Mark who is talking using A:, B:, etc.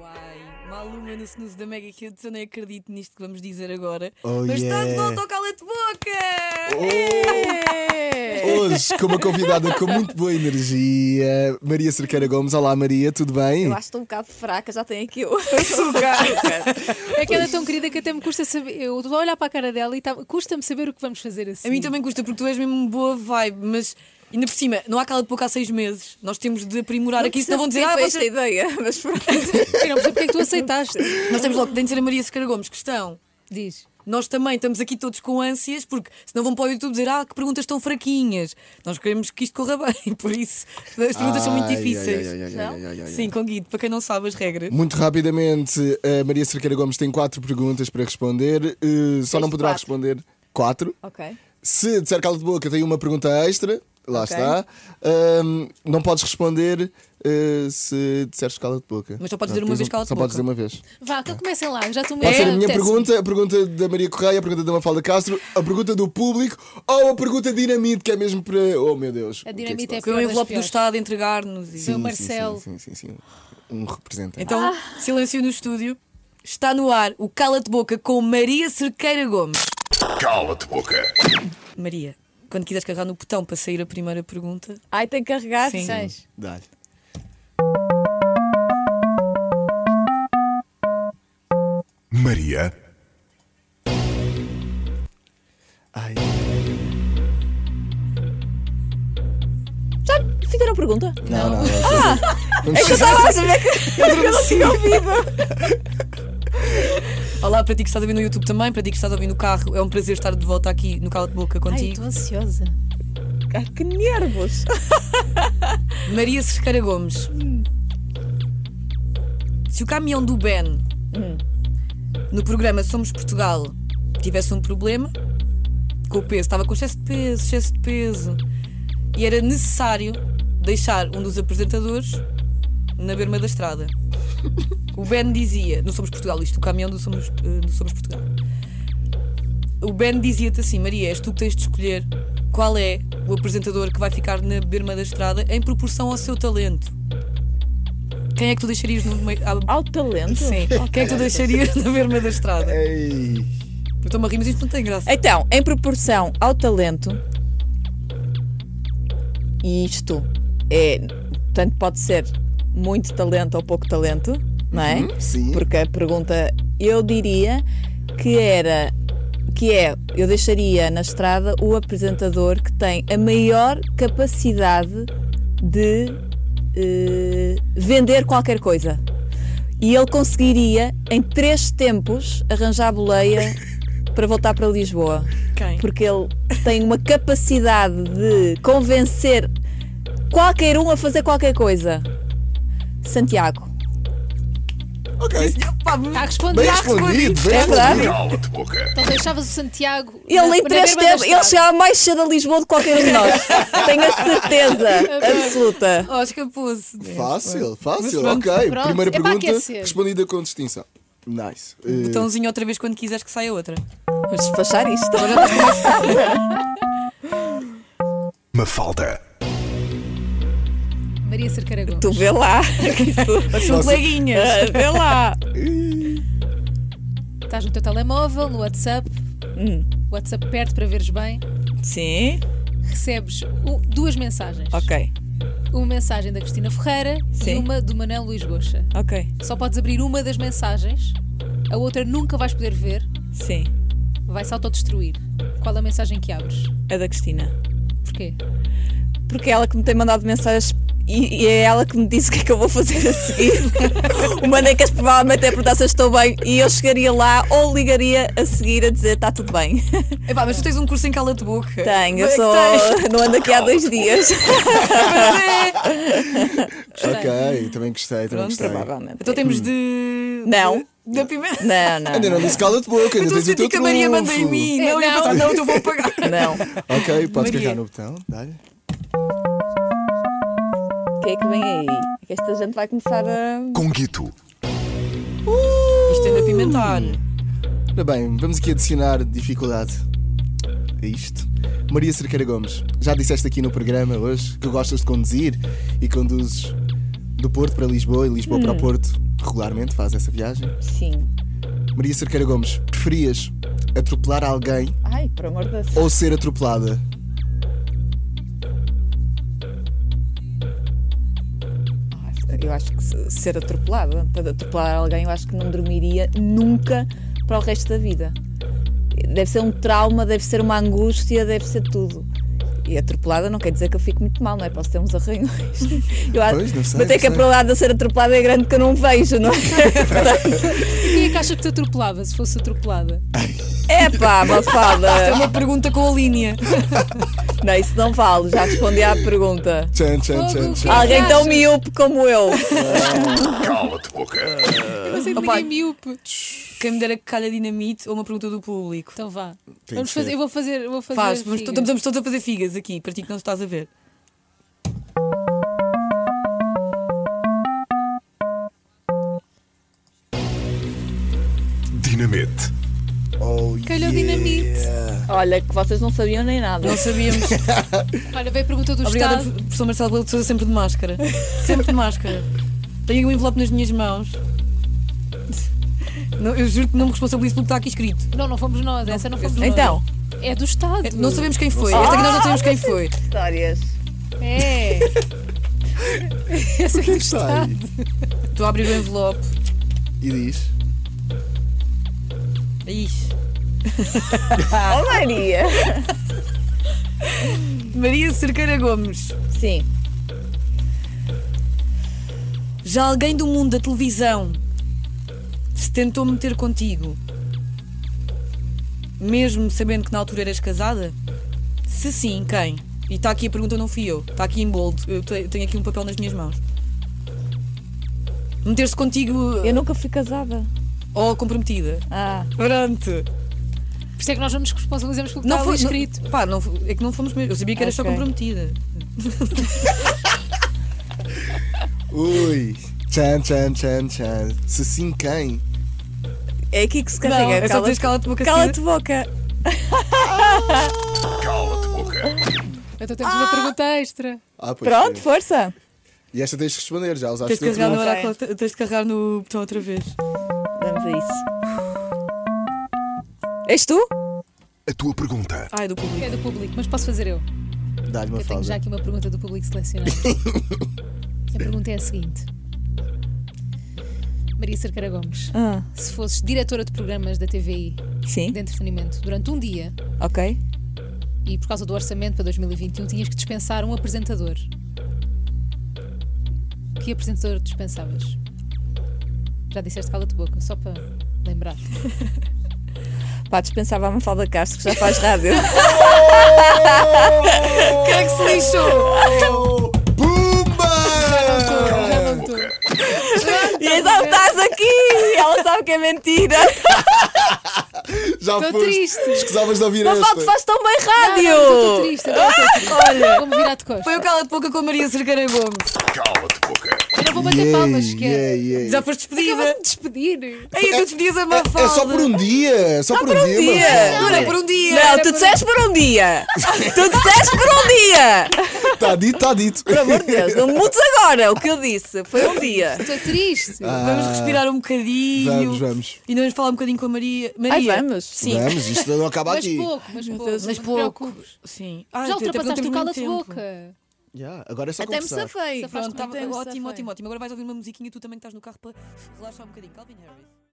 A: Uai, maluma-se no da Mega Kids, eu nem acredito nisto que vamos dizer agora.
B: Oh,
A: Mas está de
B: yeah. Oh.
A: volta ao Cala-te Boca!
B: Hoje, com uma convidada com muito boa energia, Maria Cerqueira Gomes. Olá, Maria, tudo bem?
A: Eu acho que estou um bocado fraca, já tenho aqui o
C: É que ela é tão querida que até me custa saber. Eu vou olhar para a cara dela e tá- custa-me saber o que vamos fazer assim.
A: A mim também custa, porque tu és mesmo uma boa vibe, mas ainda por cima, não há Cala-te Boca há seis meses. Nós temos de aprimorar aqui, senão vão dizer, ah, vocês...
D: ideia, mas pronto.
C: Eu não percebo porque é que tu aceitaste.
A: Nós temos logo de dizer a Maria Sequeira Gomes, questão.
C: Diz.
A: Nós também estamos aqui todos com ânsias, porque senão vão para o YouTube dizer ah, que perguntas tão fraquinhas. Nós queremos que isto corra bem, por isso as perguntas são muito
B: Ai, ai,
A: difíceis.
B: ai, ai, ai, ai, ai, ai, ai.
A: Sim, com Guido, para quem não sabe as regras.
B: Muito rapidamente, a Maria Cerqueira Gomes tem quatro perguntas para responder. Eh, só não poderá
D: quatro.
B: responder quatro.
D: Ok.
B: Se disser calo de boca, tem uma pergunta extra. Lá
D: Ok.
B: está. Ahm, não podes responder eh, se disseres cala de boca.
A: Mas só podes
B: Não,
A: dizer uma
B: tens
A: vez
B: um-
A: cala-te
B: Só podes
A: boca.
B: dizer uma vez.
C: Vá, então comecem lá, já estou
A: É,
B: Pode ser a minha
C: apetece-me.
B: pergunta, a pergunta da Maria Correia, a pergunta da Mafalda Castro, a pergunta do público ou a pergunta dinamite, que é mesmo para. Oh meu Deus! o
C: A
B: que é que
C: dinamite
B: se
C: é
B: passa?
A: Foi um
C: pior das
A: envelope do
C: piores.
A: Estado a entregar-nos. E...
C: Sim. o Marcelo.
B: Sim, sim, sim, sim. Um representante.
A: Então,
C: Ah.
A: silêncio no estúdio. Está no ar o Cala-te Boca com Maria Cerqueira Gomes.
E: Cala-te boca.
A: Maria, quando quiseres carregar no botão para sair a primeira pergunta,
D: Ai, tem que carregar.
A: Sim.
C: Seis.
B: Dá-lhe.
E: Maria,
B: Ai.
D: Já fizeram pergunta?
B: Não, não, não. Ah,
D: Estava a saber que eu não tinha ouvido.
A: Olá para ti que estás a ouvir no YouTube também, para ti que estás a ouvir no carro, é um prazer estar de volta aqui no Cala de Boca
C: Ai,
A: contigo.
C: estou ansiosa.
D: Ai, Ah, que nervos.
A: Maria Cerqueira Gomes.
C: Hum.
A: Se o caminhão do Ben no programa Somos Portugal tivesse um problema com o peso, estava com excesso de peso, excesso de peso, e era necessário deixar um dos apresentadores na berma da estrada. O Ben dizia, não somos Portugal, isto, o caminhão do Somos, eh, do Somos Portugal. O Ben dizia-te assim: Maria, és tu que tens de escolher qual é o apresentador que vai ficar na berma da estrada em proporção ao seu talento. Quem é que tu deixarias no meio. à-
D: Alto talento.
A: Sim. Quem é que tu deixarias na berma da estrada?
B: Ei.
A: Eu estou-me a rir, mas isto não tem graça.
D: Então, em proporção ao talento, e isto é, portanto, pode ser muito talento ou pouco talento, não é?
A: Uhum,
B: sim.
D: Porque a pergunta, eu diria que era, que é, eu deixaria na estrada o apresentador que tem a maior capacidade de eh, vender qualquer coisa. E ele conseguiria, em três tempos, arranjar boleia para voltar para Lisboa
A: Quem?
D: porque ele tem uma capacidade de convencer qualquer um a fazer qualquer coisa. Santiago.
B: Ok.
A: Pá,
C: Está a responder.
B: Bem
C: Então
B: respondido, bem
D: É verdade.
B: respondido.
E: cala-te boca.
C: deixavas o Santiago. na-
D: Ele em
C: na
D: três
C: berma da
D: tempos, ele
C: estrada.
D: chegava mais cedo a Lisboa do que qualquer um de nós. Tenho a certeza absoluta.
A: Oscar Pose.
B: Fácil,
A: Mas
B: fácil,
A: pronto,
B: ok.
C: pronto.
B: Primeira
C: É para
B: pergunta
C: aquecer.
B: respondida com distinção. Nice. Eh,
A: Botãozinho outra vez quando quiseres que saia outra.
D: Vamos despachar isto.
E: Mafalda.
C: Maria Cerqueira Gomes.
D: Tu vê lá.
A: São coleguinhas.
D: Ah, Vê lá.
C: Estás no teu telemóvel, no WhatsApp.
D: Hum.
C: WhatsApp perto para veres bem.
D: Sim,
C: Recebes u- duas mensagens.
D: ok,
C: Uma mensagem da Cristina Ferreira e
D: Sim.
C: uma do Manel Luís Goxa.
D: ok,
C: Só podes abrir uma das mensagens, a outra nunca vais poder ver,
D: sim.
C: vai-se autodestruir. Qual a mensagem que abres?
D: A É da Cristina.
C: Porquê?
D: Porque é ela que me tem mandado mensagens e, e é ela que me disse o que é que eu vou fazer a seguir. o Manecas provavelmente é perguntar se eu estou bem e eu chegaria lá ou ligaria a seguir a dizer está tudo bem.
A: Epá, mas tu tens um curso em Cala de Boca.
D: Tenho,
A: Bem
D: eu
A: é que
D: sou.
A: tens.
D: Não ando aqui há dois dias.
B: ok, também gostei, também gostei.
D: provavelmente.
A: Então temos de.
D: Não.
A: de- Da pimenta.
D: Não, não.
B: Ainda não disse cala de boca, ainda
A: Estou a
B: tens o
A: sentir
B: teu
A: que a Maria
B: trunfo.
A: manda em mim.
C: É,
A: Não, eu ia
C: não.
A: pensar, não, eu vou pagar.
D: Não.
B: Ok, podes
A: Maria.
B: carregar no botão. Dá-lhe.
D: O que é que vem aí? É Que esta gente vai começar a.
E: Conguito.
A: Isto é de apimentar.
B: Ora bem, vamos aqui adicionar dificuldade a isto. Maria Cerqueira Gomes, já disseste aqui no programa hoje que gostas de conduzir e conduzes do Porto para Lisboa e Lisboa para o Porto regularmente faz essa viagem.
D: Sim.
B: Maria Cerqueira Gomes, preferias atropelar alguém
D: Ai, por amor de Deus.
B: ou ser atropelada?
D: Ah, Eu acho que se- ser atropelada, para atropelar alguém, eu acho que não dormiria nunca para o resto da vida. Deve ser um trauma, deve ser uma angústia, deve ser tudo. E atropelada não quer dizer que eu fico muito mal, não é? Posso ter uns arranhões. Eu acho,
B: Pois, não sei,
D: mas é
B: não
D: que a
B: sei.
D: probabilidade de eu ser atropelada é grande que eu não vejo, não é? Portanto,
C: E quem é que acha que te atropelava se fosse atropelada?
D: é pá,
A: É
D: Mafalda.
A: uma pergunta com a linha.
D: Não, isso não vale, já respondi à pergunta.
B: Tchan, tchan, tchan,
C: Fogo,
B: tchan.
C: que-
D: Alguém tão
C: Achas?
D: miúpe como eu.
E: Cala-te boca.
C: Eu não sei de
A: Opa.
C: ninguém é miúpe.
A: Quem me dera que calha dinamite ou uma pergunta do público.
C: Então vá.
B: que
C: Vamos fazer,
B: ser.
C: eu vou fazer. eu Vou fazer assim.
A: Faz, mas
C: figa.
A: to- estamos todos a fazer figas aqui, para ti que não estás a ver.
E: Dinamite.
B: Oh,
C: Calhou dinamite.
D: Olha, que vocês não sabiam nem nada.
A: Não sabíamos.
C: Olha, veio a pergunta do
A: Obrigada,
C: Estado.
A: professor Marcelo Belo de Sousa, sempre de máscara. Sempre de máscara. Tenho um envelope nas minhas mãos. Não, eu juro que não me responsabilizo pelo que está aqui escrito.
C: Não, não fomos nós, essa não fomos nós.
D: Então,
C: É do Estado.
A: É, Não sabemos quem foi. Esta aqui nós não sabemos quem foi.
D: histórias.
C: É. essa é do
B: Sai.
C: Estado.
A: Estou a abrir o envelope.
B: E diz.
A: Ixi.
D: Oh, Maria!
A: Maria Cerqueira Gomes.
D: Sim.
A: Já alguém do mundo da televisão se tentou meter contigo, mesmo sabendo que na altura eras casada? Se sim, quem? E está aqui a pergunta, não fui eu. Está aqui em bold. Eu te- tenho aqui um papel nas minhas mãos. Meter-se contigo uh,
D: Eu nunca fui casada.
A: ou comprometida.
D: Ah,
A: Pronto.
C: Por isso é que nós não nos responsabilizamos pelo que
A: Não
C: está
A: foi
C: ali escrito.
A: Não, pá, não, foi- é que não fomos mesmo. Eu sabia que eras só
D: Tá Ok.
A: comprometida.
B: Ui. Tchan, tchan, tchan, tchan. Se sim, quem?
D: é aqui que se carrega.
A: é só dizer cala-te boca. né?
D: Cala-te boca.
E: Cala-te boca.
C: Então temos uma pergunta extra.
B: Ah, pois
D: Pronto,
B: sim.
D: força.
B: E esta tens de responder, já usaste
A: Tens de, carregar
B: outro.
A: no
D: Não sei.
A: oráculo, tens de carregar no botão outra vez.
D: Vamos a isso. És tu?
E: A tua pergunta.
A: Ai, do público.
C: É do público, mas posso fazer eu.
B: Dá-lhe uma
C: Eu tenho
B: falda.
C: já aqui uma pergunta do público selecionado. a pergunta é a seguinte: Maria Cercara Gomes,
D: Ah,
C: se fosses diretora de programas da TVI
D: sim.
C: de entretenimento durante um dia
D: Ok.
C: e por causa do orçamento para 2021 tinhas que dispensar um apresentador, que apresentador dispensavas? Já disseste cala-te boca, só para lembrar.
D: Pá, dispensava a Mafalda Castro, que já faz rádio.
A: Quem é que se lixou?
B: Pumba!
C: Já não estou.
D: e então estás aqui! Ela sabe que é mentira.
B: Já
C: Tô
B: foste.
C: triste.
B: Escusavas de ouvir esta.
D: Mafalda, faz tão bem
C: Ah, não, estou
D: rádio!
C: triste, agora estou triste. Olha, vou-me virar de costas.
A: Foi o cala de boca com a Maria Cerqueira Gomes.
E: Cala-te boca.
C: Eu não vou bater
B: Yay,
C: palmas, que é.
B: yay, yay.
A: Já foste
C: Acabou
A: despedida.
C: de despedir.
A: Aí tu despedias a
B: É,
A: Mafalda.
B: é só por um dia. Só por um dia.
D: dia.
B: Mafalda.
A: Não, era por um dia.
D: Não,
A: Era
D: tu
A: por-
D: disseste por um dia! tu disseste por um dia!
B: Está Tá dito, está dito.
D: Por amor de Deus, não mudes agora o que eu disse. Foi um dia.
C: Estou é triste.
A: Vamos respirar um bocadinho.
B: Ah, Vamos, vamos.
A: E nós falar um bocadinho com a Maria. Maria.
D: vamos?
A: Sim.
B: Vamos, isto não acaba
C: Mas
B: aqui.
C: pouco, mas pouco.
D: Deus,
A: Mas
C: não te
A: pouco.
C: preocupes.
A: Sim. Ah,
C: Já
A: até porque não
C: ultrapassaste
A: temos
C: o
A: muito
C: cala de
A: tempo.
C: boca.
B: Já, agora é só
D: Até me
B: começar.
D: safei.
A: Pronto,
C: Até
A: tá,
C: me
A: ótimo,
D: safei.
A: ótimo, ótimo. Agora vais ouvir uma musiquinha e tu também que estás no carro para relaxar um bocadinho. Calvin Harris.